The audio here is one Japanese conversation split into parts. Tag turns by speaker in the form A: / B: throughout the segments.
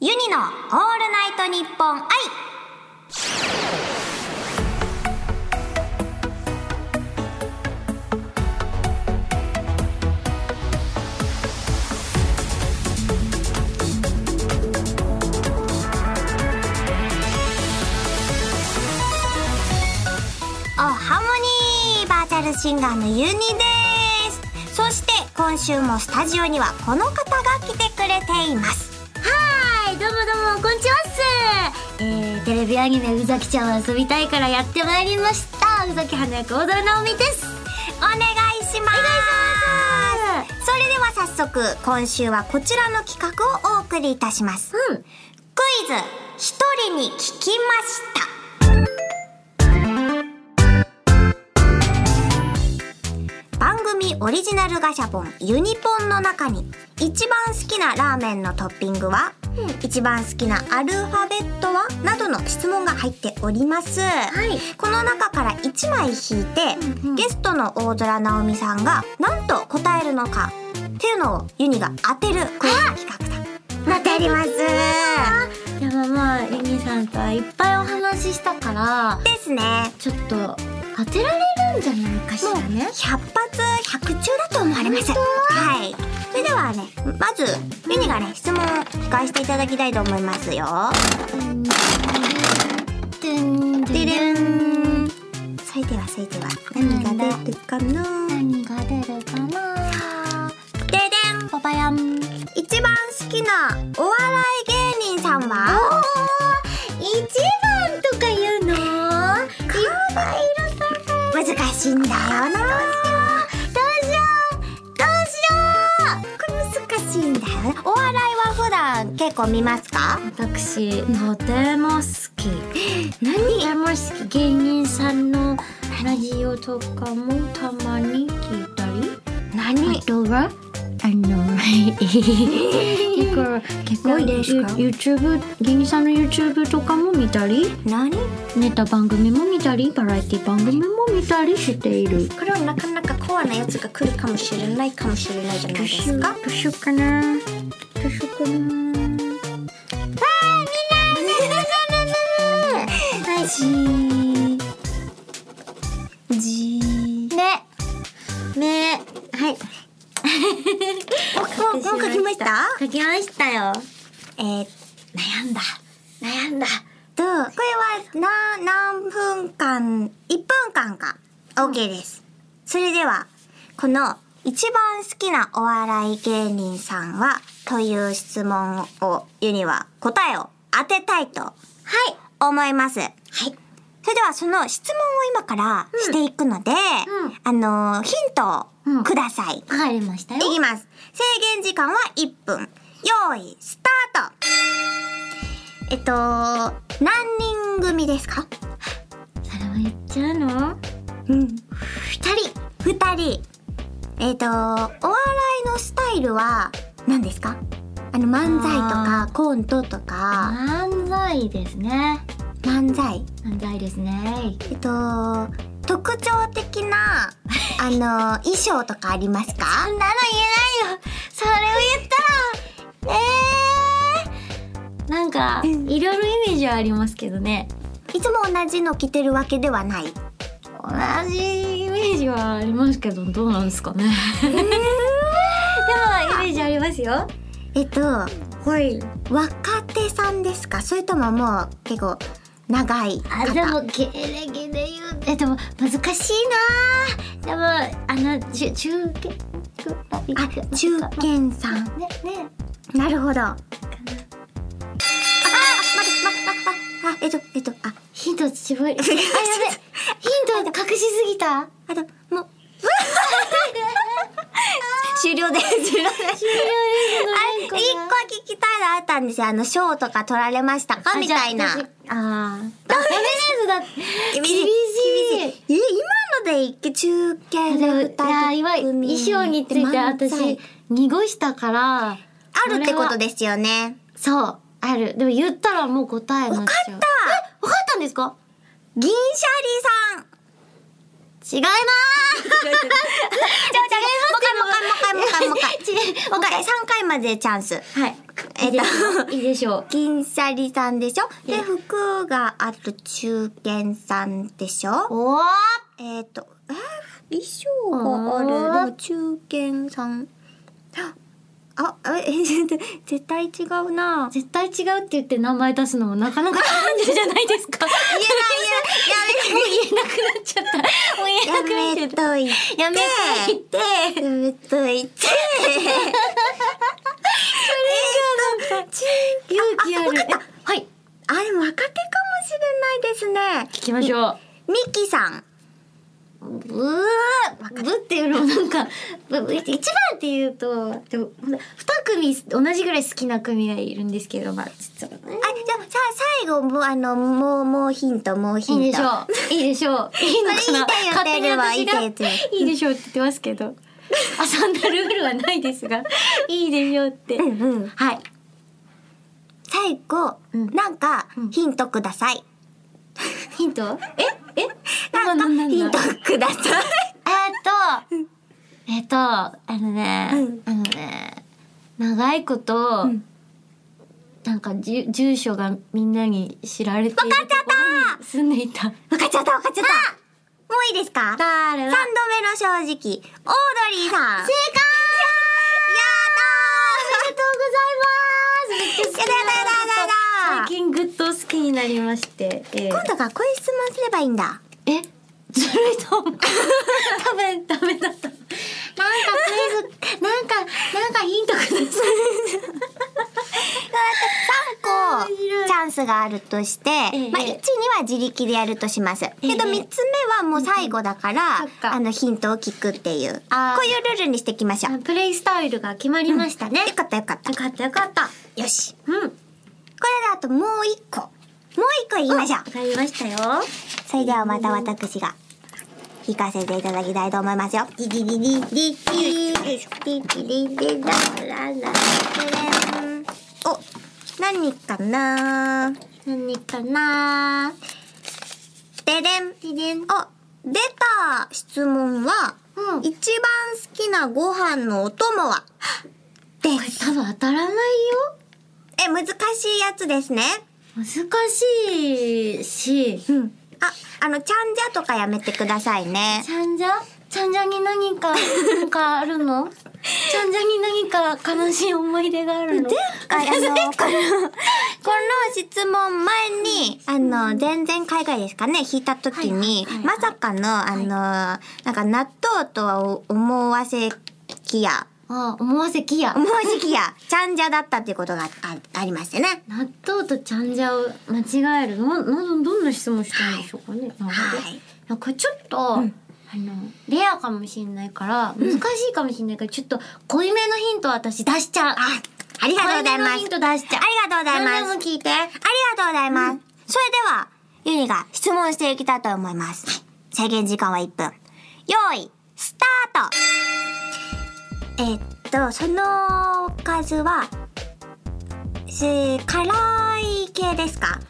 A: ユニのオールナイトニッポン愛おハモニーバーチャルシンガーのユニですそして今週もスタジオにはこの方が来てくれています
B: はーいどうもどうもこんにちはっすえー、テレビアニメ「うざきちゃんは遊びたい」からやってまいりましたうざき花役大空直美です
A: お願いしますそれでは早速今週はこちらの企画をお送りいたします
B: うん
A: クイズ一人に聞きました番組オリジナルガシャポンユニポンの中に一番好きなラーメンのトッピングは、
B: うん
A: 一番好きなアルファベットはなどの質問が入っております、
B: い
A: この中から1枚引いて、
B: うんうん
A: ゲストの大空直美さんが何と答えるのかっていうのをユニが当てるクイズ企画となっております
B: でもまあエミさんとはいっぱいお話ししたから
A: ですね
B: ちょっと当てられるんじゃないかしらね
A: 100発100中だと思われます
B: 本
A: はいそれではねまずユニがね質問を聞かせていただきたいと思いますよ
B: うん
A: ででんそれではそれでは何が出るかなで
B: 何が出るかな
A: でん
B: パパヤン
A: 一番好きなお笑い芸人さん
B: あ
A: は
B: ー一番とか言うのいっぱいいるから
A: 難しいんだよな
B: どうしようどうし
A: これ難しいんだよねお笑いは普段結構見ますか
B: よう私とても好き何とても好き芸人さんのラジオとかもたまに聞いたり
A: 何
B: あとはあ の結構結構
A: 何ですか
B: You- YouTube 芸人さんの YouTube とかも見たり
A: 何
B: ネタ番組も見たりバラエティ番組も見たりしている
A: これはなかなかコアなやつが来るかもしれないかもしれないじゃない
B: ど
A: で
B: うしよ
A: す
B: う
A: か
B: どうしようかなどうしようかな
A: じー
B: ねねはい
A: もうもう書きました
B: 書きましたよ
A: えー、
B: 悩んだ悩んだ
A: とこれはな何分間1分間か OK です、それではこの一番好きなお笑い芸人さんはという質問をユニは答えを当てたいと
B: はい
A: 思います
B: はい
A: それではその質問を今からしていくので、あのーヒントをください、
B: わかりましたよ
A: いきます。制限時間は1分。用意、スタートえっと、何人組ですか
B: それは言っちゃうの
A: うん。
B: 二人
A: 2人。えっと、お笑いのスタイルは何ですかあの、漫才とかコントとか、
B: 漫才ですね
A: 漫才。
B: 漫才ですね
A: えっと、特徴的 な、あの、衣装とかありますか
B: そんなの言えないよそれを言ったらえー、なんか
A: うん
B: いろいろイメージはありますけどね
A: いつも同じの着てるわけではない。
B: 同じイメージはありますけどどうなんですかね でもイメージありますよ
A: えっと、
B: はい
A: 若手さんですかそれとももう結構長い
B: あ
A: 方
B: でもゲレゲレ言うえでも難しいなでもあの中中堅
A: あ中堅さん
B: ねね
A: なるほどああ待ってああああえっとえっとあ
B: ヒント絞り あやべヒント隠しすぎた
A: あともう終了 です終了です
B: いや
A: あ一個聞きたいのあったんですよあの賞とか取られましたかみたいな
B: ああーダメですだ
A: 厳しい
B: 厳し
A: え
B: い
A: 今ので一中堅
B: でも
A: の
B: いや今
A: 二人組
B: 衣装について
A: 漫才
B: 私濁したから
A: あるってこ
B: そ
A: と
B: れは
A: ですよね
B: そうあるでも言ったらもう答えになっちゃう
A: わかった
B: えわかったんですか
A: 銀シャリさん
B: 違います
A: もう一回もう一回もう一回もう一回もう一回もう一回3回までチャンス
B: はい
A: えっと、
B: いいでしょう。
A: 銀シャリさんでしょ
B: い
A: で、
B: や
A: 服がある中堅さんでしょ
B: おお。
A: えっ、と、えー、衣装がある。でも中堅さん。あ、え、 絶対違うな。
B: 絶対違うって言って名前出すのもなかなかチャレンジじゃないですか。もう
A: 言え
B: 言えなくなっちゃった。もう言えなく
A: ない、や
B: な
A: め、
B: っちゃった。
A: やめといて。
B: やめといて。
A: やめといて。それがなんか、
B: 勇気ある。えはい。
A: あれ若手かもしれないですね。
B: 聞きましょう。
A: ミキさん。
B: うわーぶっていうのもなんかぶぶ一番っていうとでも二組同じぐらい好きな組がいるんですけどまあちょっと
A: あ、じゃあ、さ、最後、もう、あの、もう、もうヒント、もうヒ
B: いいで
A: ン
B: し
A: ト。
B: ょういいでしょういいのかな
A: それいいんだよ
B: 勝手に私
A: テ
B: が
A: ールはいい
B: いいでしょうって言ってますけ どあそんなルールはないですがいいでしょうって、
A: うんうん。
B: はい
A: 最後、
B: うん
A: なんか
B: うん、
A: ヒントください。
B: ヒントええ
A: な
B: なん
A: ん
B: だ
A: か、ヒント
B: えーっ
A: くださ い。
B: とえーっとあのね、
A: うん
B: あのね長いこと、
A: うん
B: なんかじゅ住所がみんなに知られているとこ
A: わかっちゃった
B: ろに住んでいた。
A: わかっちゃった、わかっちゃった。もういいですか三度
B: 誰
A: 目
B: は
A: の正直、オードリーさん。
B: 正解
A: やった
B: ありがとうございます。
A: やだやだやだやだ
B: 最近グッと好きになりまして。えー
A: ー今度からこういう質問すればいいんだ。
B: えずるい と思う。多分ダメだった。なんかクイ ズ、なんか、なんかヒントくださ
A: こ
B: 面白
A: う
B: い
A: チャンスがあるとして、
B: ええ
A: まあ、1には自力でやるとします、けど
B: ええ
A: 3つ目はもう最後だから、
B: そっか
A: あのヒントを聞くっていうこ
B: あー
A: ういうルールにしていきましょう、
B: い。プレイスタイルが決まりましたね。
A: よかったよかった
B: よかったよかった。
A: よしこ
B: うん。
A: れであともう1個もう1個言いましょう
B: わ、かりましたよ。
A: それではまた私が弾かせていただきたいと思いますよディディディディディディディディディディララララランお何かな
B: 何かな
A: ででん
B: ででん。
A: あ、出た質問は、
B: うん
A: 一番好きなご飯のお供はで
B: これ
A: す。
B: 多分当たらないよ
A: え、難しいやつですね。
B: 難しいしち
A: うん。あ、あの、ちゃんじゃとかやめてくださいね。
B: ゃんじゃちゃんじゃに何かなんかあるのちゃんじゃに何か悲しい思い出があるの
A: 前回、あの、この、この質問前に、あの、全然海外ですかね、引いた時に
B: はいはい、は
A: ま
B: い
A: さかの、あの、なんか納豆とは思わせきや、
B: あ思わせきや
A: 思わせきや、ちゃんじゃだったっていうことがあありましてね。
B: 納豆とちゃんじゃを間違えるのななどんな質問したんでしょうかね、なるほど
A: はい
B: いやこれちょっと、あのレアかもしれないから難しいかもしれないから、ちょっと濃いめのヒントを私出しちゃう
A: あ、ありがとうございます。
B: 濃いめのヒント出しちゃう
A: ありがとうございます。
B: 何でも聞いて
A: ありがとうございます。それでは、ゆりが質問していきたいと思います。制限時間は1分。用意、スタートえっと、そのおかずは、し辛い系ですか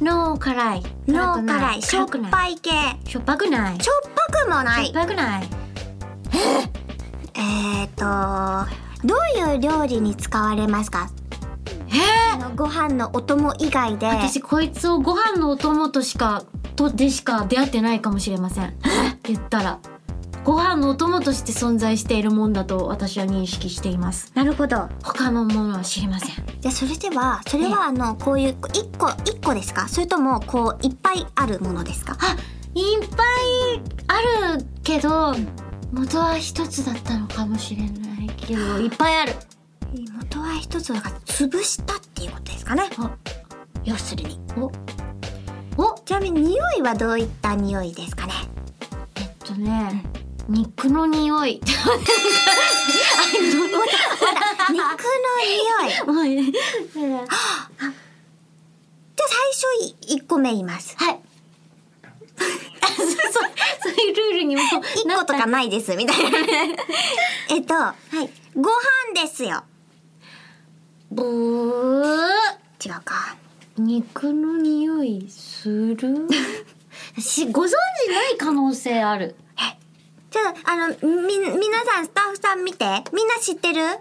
B: ノー辛い
A: の辛い、しょ
B: 辛
A: っ
B: くない
A: ぱい系。
B: しょっぱくない
A: しょっぱくもない
B: しょっ。ぱくない
A: えっと、どういう料理に使われますかあのご飯のお供以外で。
B: 私こいつをご飯のお供としかとでしか出会ってないかもしれません言ったらご飯のお供として存在しているもんだと私は認識しています
A: なるほど。
B: 他のものは知りません
A: じゃあそれではそれ
B: ええ
A: はあのこういう一個一個ですかそれともこういっぱいあるものですか
B: あいっぱいあるけど元は一つだったのかもしれないけどいっぱいある
A: 元は一つだから潰したっていうことですかね
B: あ
A: 要するに
B: おお
A: ちなみに匂いはどういった匂いです かね
B: えっとね肉の匂 い
A: 肉の匂いじゃあ
B: もう ええ
A: 最初い一個目言います
B: はい。あそうそうそういうルールにも
A: 一
B: な
A: 個
B: った
A: とかないですみたいな えっと、ご飯ですよ
B: ブー
A: 違うか
B: 肉の匂いす るしご存知ない可能性ある
A: ちょっとあのみ皆さんスタッフさん見てみんな知ってる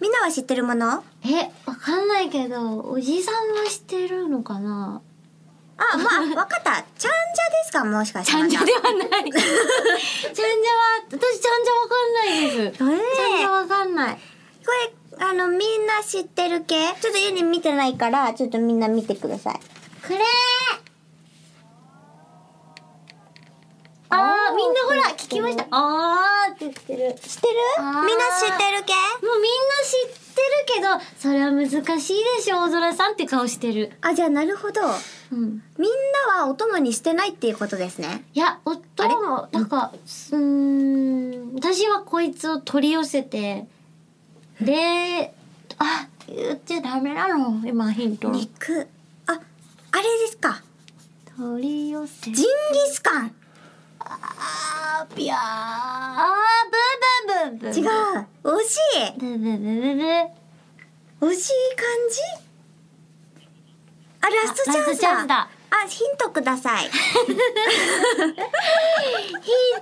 A: みんなは知ってるもの
B: え、わかんないけど、おじさんは知ってるのかな
A: あ、まあ、わかった。ちゃんじゃですかもしかして。
B: ちゃんじゃで
A: ま
B: はない。ちゃんじゃは、私ちゃんじゃわかんないです。ち
A: た。ね
B: ゃんじゃわかんない。
A: これ、あの、みんな知ってる系ちょっとユニ見てないから、ちょっとみんな見てください。
B: くれーあー、みんなほら、聞きました。あーって言ってる。
A: 知ってる
B: あー
A: みんな知ってる系
B: もうみんな知ってるけど、それは難しいでしょ、大空さんって顔してる。
A: あ、じゃあなるほど。
B: うん。
A: みんなはお供にしてないっていうことですね。
B: いや、夫も、なんか、うーん、私はこいつを取り寄せて、で、あ、言っちゃダメなの今ヒント。
A: 肉。あ、あれですか。
B: 取り寄
A: ジ
B: せ
A: ンギスカン。
B: あー、ぴゃー。あー、ブーブーブーブー。
A: 違う。惜しい。
B: ブーブーブーブーブー。
A: 惜しい感じあ、ラストチャンスだ。
B: ラストチャンスだ
A: あ、ヒントくだ さい。
B: ヒン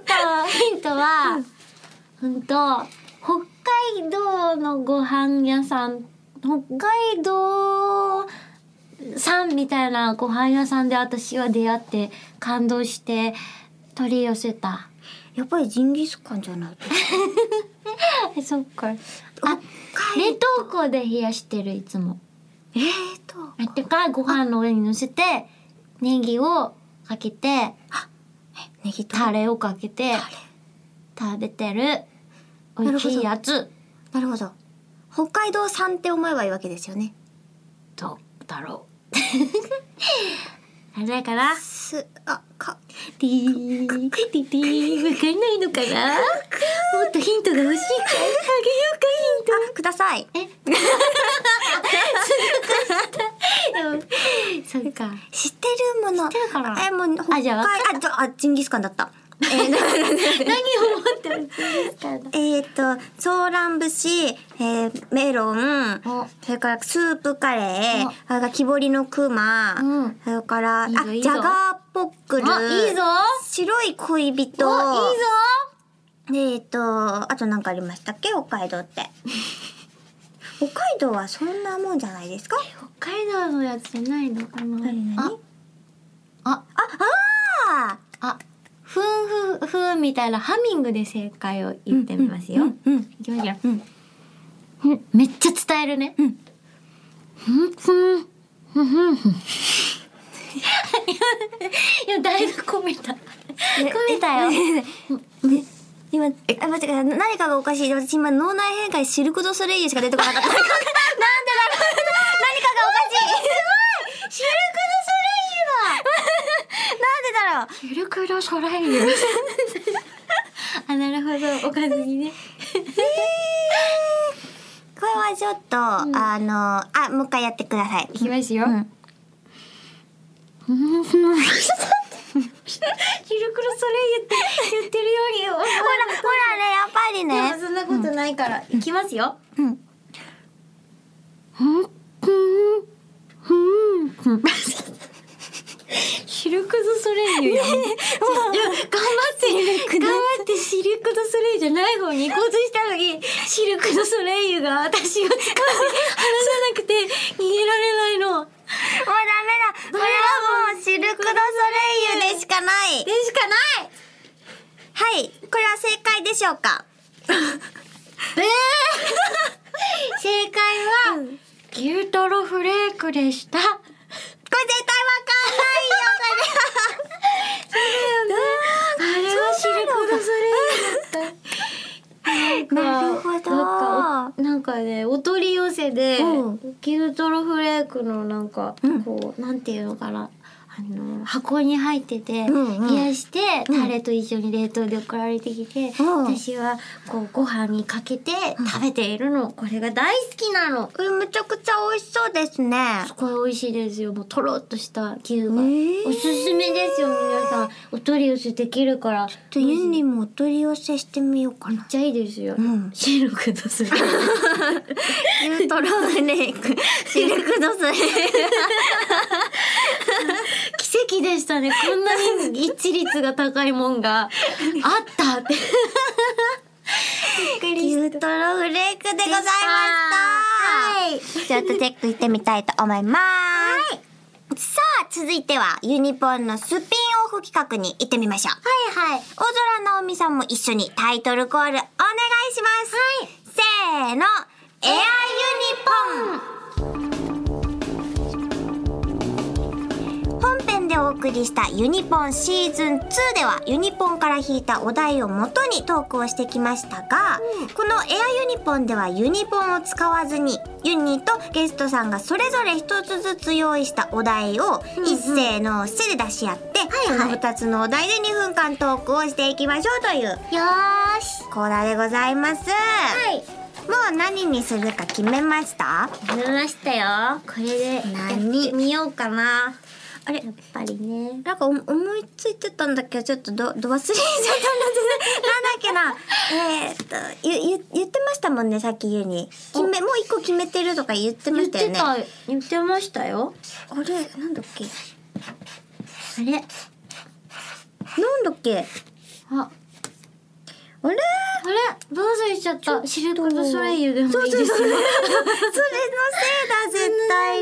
B: ト、ヒントは、ほんと、北海道のご飯屋さん、北海道さんみたいなご飯屋さんで私は出会って感動して取り寄せた。
A: やっぱりジンギスカンじゃないと。
B: えそっか。あ、
A: あ、帰
B: 冷
A: り。
B: 凍庫で冷やしてる、いつも。
A: えーと。
B: あったかいご飯の上に乗せて、ネギをかけて、
A: ネギと。
B: タレをかけて
A: タレ、
B: 食べてる、美味しいやつ。
A: なるほど。北海道産って思えばいいわけですよね。
B: どう だろう。あれか な。
A: す、あ、か、
B: ティー、ティー、ティー、わかんないのかな。もっとヒントが欲しいか。あ
A: あ、ください。
B: げようか、ヒント。 そっか。
A: 知ってるもの。
B: 知ってるかな
A: え、もう、北
B: あ
A: 海
B: じゃあわか
A: あ、ちょあ、ジンギスカンだ った。えー
B: 何を思ってるんです か。
A: えっと、ソーラン節、えーメロン
B: お、
A: それからスープカレー
B: お、
A: それから木彫りのクマ、
B: うん
A: それから、あ、
B: いい
A: ジャ
B: ぞいいぞ
A: ガーポックル、
B: あ、いいぞ。
A: 白い恋人、
B: お、いいぞ。
A: でえっと、あと何かありましたっけ北海道 って。北海道はそんなもんじゃないですか
B: 北海道のやつじゃないのかな。
A: 何
B: あ
A: 何、あ
B: あ、あ、ふんふんふんみたいなハミングで正解を言ってみますよ。
A: うんうん
B: いきますよ。
A: うん
B: うんめっちゃ伝えるね。
A: うん
B: ふんふん。ふんふんふん。いや、だいぶ込めた。込めたよ。
A: 今、え、待ってください。何かがおかしい。私今脳内変化でシルクドソレイユしか出てこなか った。なんでだろう何かがおかしい。すごいシルクドソレイユだなんでだろう
B: ゆるくろそらいよ。あ、なるほど。おかずにね。
A: これはちょっと、あの、あ、もう一回やってください。
B: いきますよ。
A: ん
B: ふんふんゆるくろそれ言って、言ってるように。ほら、
A: ほらね、やっぱり
B: でも
A: ね。
B: そんなことないから、いきますよ。
A: うん。
B: シルク・ド・ソレイユやん。頑張って、頑張ってシルク・ド・ソレイユじゃない方に行こうとしたのに、シルク・ド・ソレイユが私を掴んで話さなくて逃げられない
A: も
B: の。
A: うダメだこれはもうシルクドソレイユでしかない
B: でしかない
A: はい、これは正解でしょう か
B: ブー正解は、牛トロフレークでした。
A: これ絶対わかんないよ、
B: あれはシルク・ド・ソレイ
A: こ
B: ユだった。
A: れ。 なるほ
B: なん
A: ど。
B: かなんかねお取り寄せで、
A: うん
B: 牛トロフレークのなんか、こうなんていうのかなあの箱に入ってて、
A: うんうん
B: 冷やしてタレと一緒に冷凍で送られてきて、
A: うん
B: 私はこうご飯にかけて食べているの、これが大好きなの
A: これむちゃくちゃ美味しそうですね。
B: すごい美味しいですよもうとろっとした牛が、
A: ー
B: おすすめですよ皆さんお取り寄せできるから
A: ちょっとユンにもお取り寄せしてみようか
B: めっ
A: な。
B: ちゃいいですよ、
A: ん
B: シルクとする
A: シルトロフレーク、 シルクドソレイユ。
B: 奇跡でしたね。こんなに一率が高いもんがあったって。びっくり
A: 牛トロフレークでございました。
B: は
A: はい。ちょっとチェックしてみたいと思います。はい。さあ、続いてはユニポンのスピンオフ企画に行ってみましょう。
B: はいはい。
A: 大空直美さんも一緒にタイトルコールお願いします。せーの、エアユニポン。本編でお送りしたユニポンシーズン2ではユニポンから引いたお題を元にトークをしてきましたが、
B: うん
A: このエアユニポンではユニポンを使わずにユニとゲストさんがそれぞれ一つずつ用意したお題を
B: うんうん
A: 一斉のせで出し合って、
B: はい
A: そ
B: はい
A: の2つのお題で2分間トークをしていきましょうという
B: よーし。
A: コーナーでございます、
B: はい。
A: もう何にするか決めました
B: やめましたよ。これでやってみようかな。あれやっぱりね。
A: なんかお思いついてたんだけどちょっとどど忘れちゃったなんだっけなえーっとゆゆ言ってましたもんねさっきゆうに決めもう一個決めてるとか言ってま
B: 言っ
A: したよ
B: て
A: ね
B: た、言ってましたよ。
A: あれなんだっけ
B: あれ
A: なんだっけ
B: あ、
A: あれ
B: あれどうぞしちゃった。シルク・ドゥ・ソレイユでも
A: そう
B: いい
A: そう
B: で
A: そうそ
B: す
A: れ
B: よ
A: の。せいだ絶対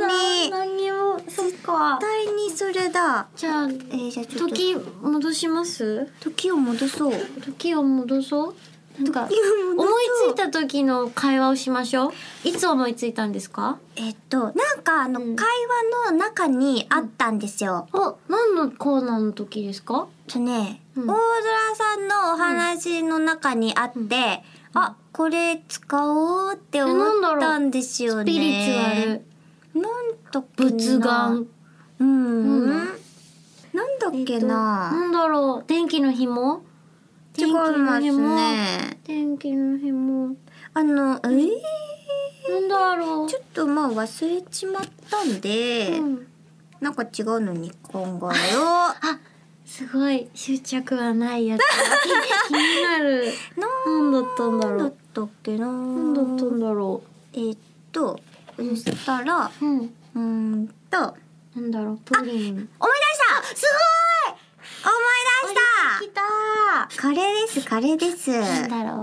A: に
B: 何にも、そっか
A: 絶。対にそれだ
B: じゃあ、
A: えー、じゃあちょっと
B: 時戻します
A: 時を戻そう
B: 時を戻そうなんか
A: 時を戻
B: 思い
A: そう
B: ついた時の会話をしましょういつ思いついたんですか
A: えっとなんかあの、
B: うん
A: 会話の中にあったんですよ、
B: お、何のコーナーの時ですか
A: とね、
B: うん
A: 大空さんのお話の中にあって、
B: うん
A: あこれ使おうって思ったんですよ
B: ス
A: ね
B: ピリチュアル
A: なんだっけな
B: 仏眼
A: うん、
B: うん
A: なんだっ
B: え
A: け
B: っと
A: な、
B: んだろう電気の紐
A: 違います
B: 紐
A: ね
B: 電気の紐
A: あのえー、
B: なんだろう
A: ちょっとまあ忘れちまったんで、
B: うん
A: なんか違うのに考えよう
B: あ、すごい執着はない やつ気に なる何だったんだ
A: なん
B: ろ
A: だ
B: う
A: ったっけな
B: 何だったんだろ
A: えーっとそしたら
B: ううん
A: うーんと思い
B: なんだろうプリン
A: 出したすごい思い出し
B: 来た
A: たこれですこれです
B: なんだろう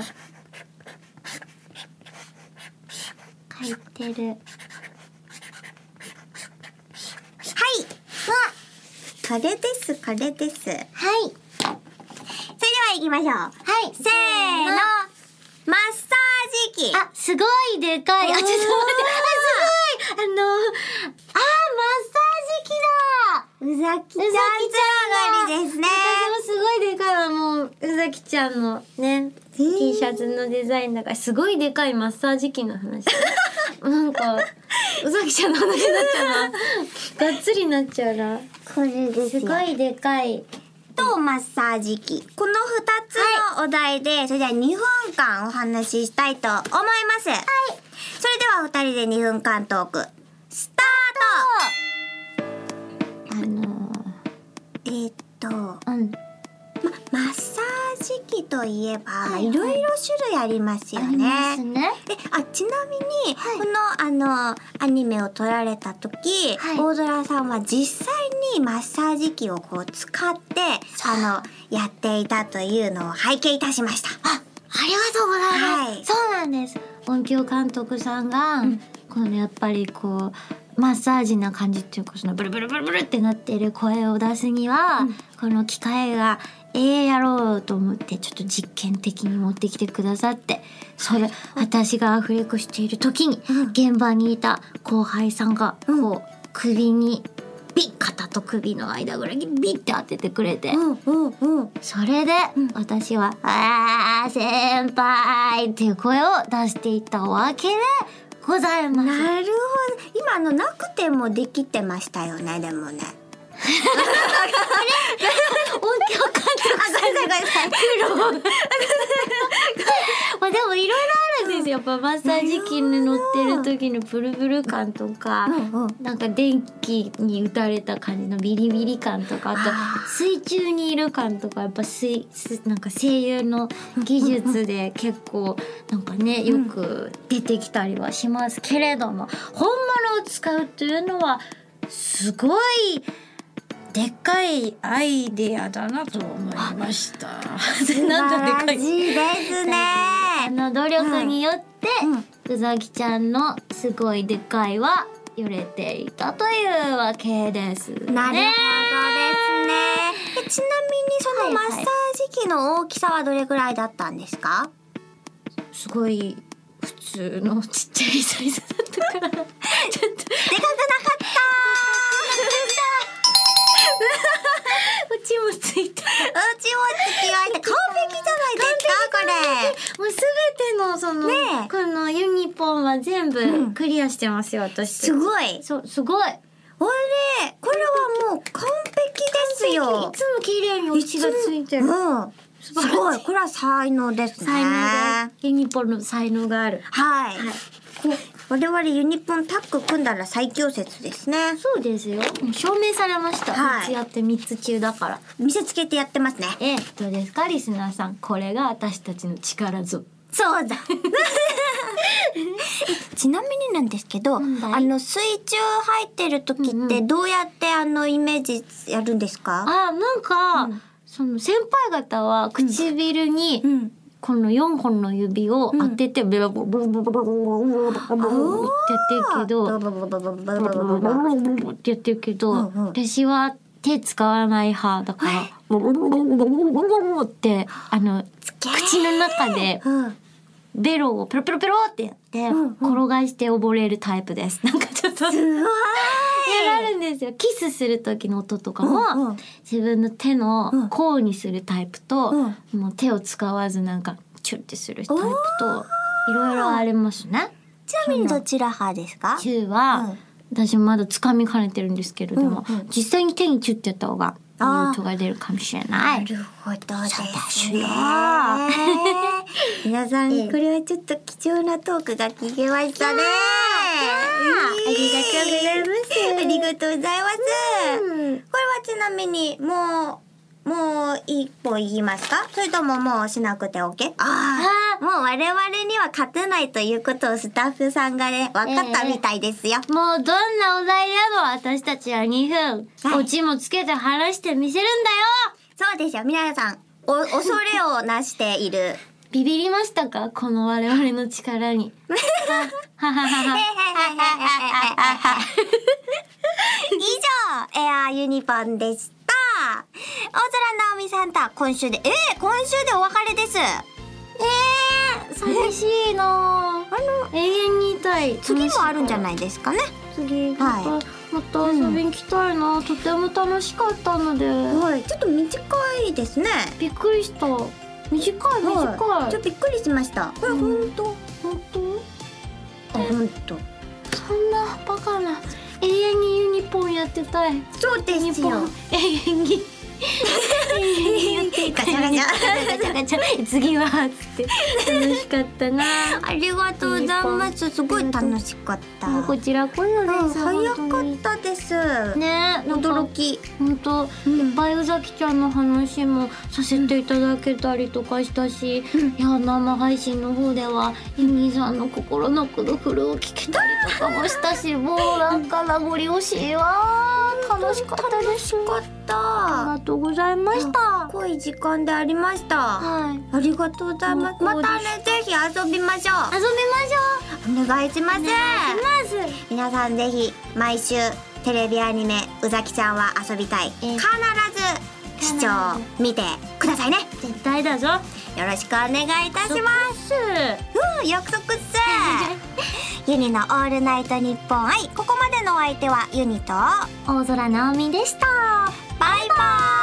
B: 書いてる
A: はいこれですこれですそれでは
B: はい
A: 行きましょう
B: はい
A: せーのマッサージ機
B: あすごいでかいあちょっと待ってあすごいあのあーマッサージ機
A: うざ
B: だ
A: きちゃんつながり
B: うざきちゃん
A: ですね
B: 私もすごいでかいわもううざきちゃんのね T シャツのデザインだからすごいでかいマッサージ機の 話なんかうざきちゃんの話になっちゃうながっつりなっちゃうな
A: これです
B: ごいでかい
A: とマッサージ機この2つのお題で、それでは2分間お話ししたいと思いますはいそれでは2人で2分間トークスタ
B: あの
A: ートえーっとま
B: うん
A: マッサージ機といえば
B: はい
A: いろいろ種類ありますよ
B: あります
A: ね
B: ね
A: えあちなみに、
B: はい
A: このあのアニメを撮られた時、
B: はい
A: 大空さんは実際にマッサージ機をこう使ってあのやっていたというのを拝見いたしました。
B: あありがとうございます、
A: はい
B: そうなんです音響監督さんが、このやっぱりこうマッサージな感じっていうかそのブルブルブルブルってなってる声を出すには、この機械がええやろうと思ってちょっと実験的に持ってきてくださってそれ私がアフレコしている時に、
A: うん
B: 現場にいた後輩さんがこう、
A: うん
B: 首にビッ肩と首の間ぐらいにビッて当ててくれて、
A: うんうんうん。
B: それで、私は「あー先輩」っていう声を出していったわけでございます。
A: なるほど。今あのなくてもできてましたよね。でもね。あ、ごめんなさいご
B: 音響監督
A: めんなさい。
B: まあでもいろいろあるんですよ。やっぱマッサージ機に乗ってる時のブルブル感とか、
A: うんうん
B: なんか電気に打たれた感じのビリビリ感とか、あと
A: あー
B: 水中にいる感とか、やっぱ水すなんか声優の技術で結構なんかねよく出てきたりはしますけれども、本物を使うというのはすごい。でっかいアイデアだなと思いました。
A: 素晴
B: なんかでからい
A: しいですね。
B: あの努力によって、
A: うん
B: うさぎちゃんのすごいでかいは揺れていたというわけですね。
A: なるほどですね。えちなみにそのマ
B: はい
A: ッ
B: はい
A: サージ機の大きさはどれぐらいだったんですか？
B: すごい普通のちっちゃいサイズだった からち
A: でかくな
B: ょっと
A: か った
B: うちもついた。
A: ー。うちも付き合いって完璧じゃないですか
B: もうすべてのその、
A: ねえ
B: このユニフォームは全
A: うん
B: 部クリアしてますよ、私。
A: これ。すご
B: い。
A: い。
B: そうすごい。
A: あれこれはもう完璧です
B: いつ
A: よ
B: も。綺麗にお家がついてる。
A: うん。す
B: 晴らしい
A: ごい。これは才能ですね。
B: 才能がユニフォームの才能がある。
A: はい。
B: はい
A: こ我々ユニポンタッグ組んだら最強説ですね。
B: そうですよ。もう証明されました。
A: はい
B: 三つやって三つ中だから。
A: 見せつけてやってますね。
B: ええ、どうですかリスナーさん。これが私たちの力ぞ。
A: そう だ。ちなみになんですけど、あ
B: なんだい
A: の水中入ってる時
B: う
A: っ
B: んう
A: てどうやってあのイメージやるんですか？
B: あ、なんか、
A: うん
B: その先輩方は唇に、
A: うん。
B: この4本の指を当ててブラブラブラブラブラブラブラってやってるけど
A: ババババババ
B: ブラ
A: バ
B: ブ
A: バ
B: ラ
A: ババ
B: ブラブラってやってるけど、
A: うんうん
B: 私は手使わない派だからブラブラブラブラブラブラってあの口の中で
A: うん。
B: ベロをペロペロペロってやって
A: うんうん
B: 転がして溺れるタイ プです。なんかちょっとや
A: すごい。
B: られるんですよ。キスする時の音とか
A: うんうん
B: も自分の手
A: うん
B: の甲にするタイプと、もう手を使わずなんかチュッてするタイプといろいろありますね。
A: ちなみにどちら派ですか？
B: チューは、私まだ掴みかねてるんですけれども、
A: うんうん
B: 実際に手にチュッてやった方がいい
A: あー
B: 音が出るかもしれな。
A: ないるほどです
B: す
A: ね
B: ね。
A: 皆さ
B: ええ
A: ん、これはちょっと貴重なトークが聞けましたね。
B: ーありがとうございます
A: ありがとうございます。これはちなみに、もう、もう一歩言いますかそれとももうしなくて OK? ああ、
B: あー
A: もう我々には勝てないということをスタッフさんがね、分かったみたいですよ。
B: もうどんなお題でも私たちは2分、
A: はい
B: オチもつけて話してみせるんだよ
A: そうですよ。皆さん、お、恐れをなしている。
B: ビビりましたかこの我々の力に。ははははは。
A: 以上、エアーユニポンでした。大空直美さんとは今週で、えー、今週でお別れです。え
B: 寂しいなぁ。永遠にいたい。
A: 次もあるんじゃ
B: い
A: ないですかね。
B: 次、
A: はい
B: また、また遊びに来たいなぁ。とても楽しかったので。
A: はい、ちょっと短いですね。
B: びっくりした。短い
A: は
B: 短
A: い、
B: い。
A: ちょっとびっくりしました。これ本当、
B: 本当？
A: あ、本当。
B: そんなバカな。永遠にユニポンやってたい。ユ
A: そうで
B: ニ
A: す
B: ポ
A: よ
B: ン。永遠に。永遠にやってい
A: ガ
B: た
A: チ
B: い。
A: ャガチャ
B: ガチャガチャガチャ 次はつって楽しかった な。
A: ありがとうございます。すごい楽しかった。
B: もうこちらこそ
A: うん
B: です。
A: 早
B: 本当
A: かっ
B: に
A: たです。
B: ね、
A: 驚。き。
B: 本当、
A: うん
B: いっぱい宇崎ちゃんの話もさせていただけたりとかしたし、
A: うん
B: いや生配信の方ではユミさんの心のくどくるを聞けたりとかもしたしもうなんか名残惜しいわ楽しかったです
A: よかっ
B: あり
A: た。
B: がとうございました
A: 濃い時間でありました。
B: はい
A: ありがとうございます。
B: もう
A: ま
B: こう
A: たね、ぜひ遊びましょ
B: 遊びま
A: う。
B: し
A: お願いします。
B: ょうまず
A: 皆さんぜひ毎週テレビアニメ「うざきちゃんは遊びたい」
B: え
A: 必
B: え
A: ず視聴見てくださいね。
B: 絶対だぞ
A: よろしくお願いいたします。
B: ます
A: うん、約束っす。ユニのオールナイトニッポン愛。ここまでのお相手はユニと
B: 大空直美でした
A: バイバイ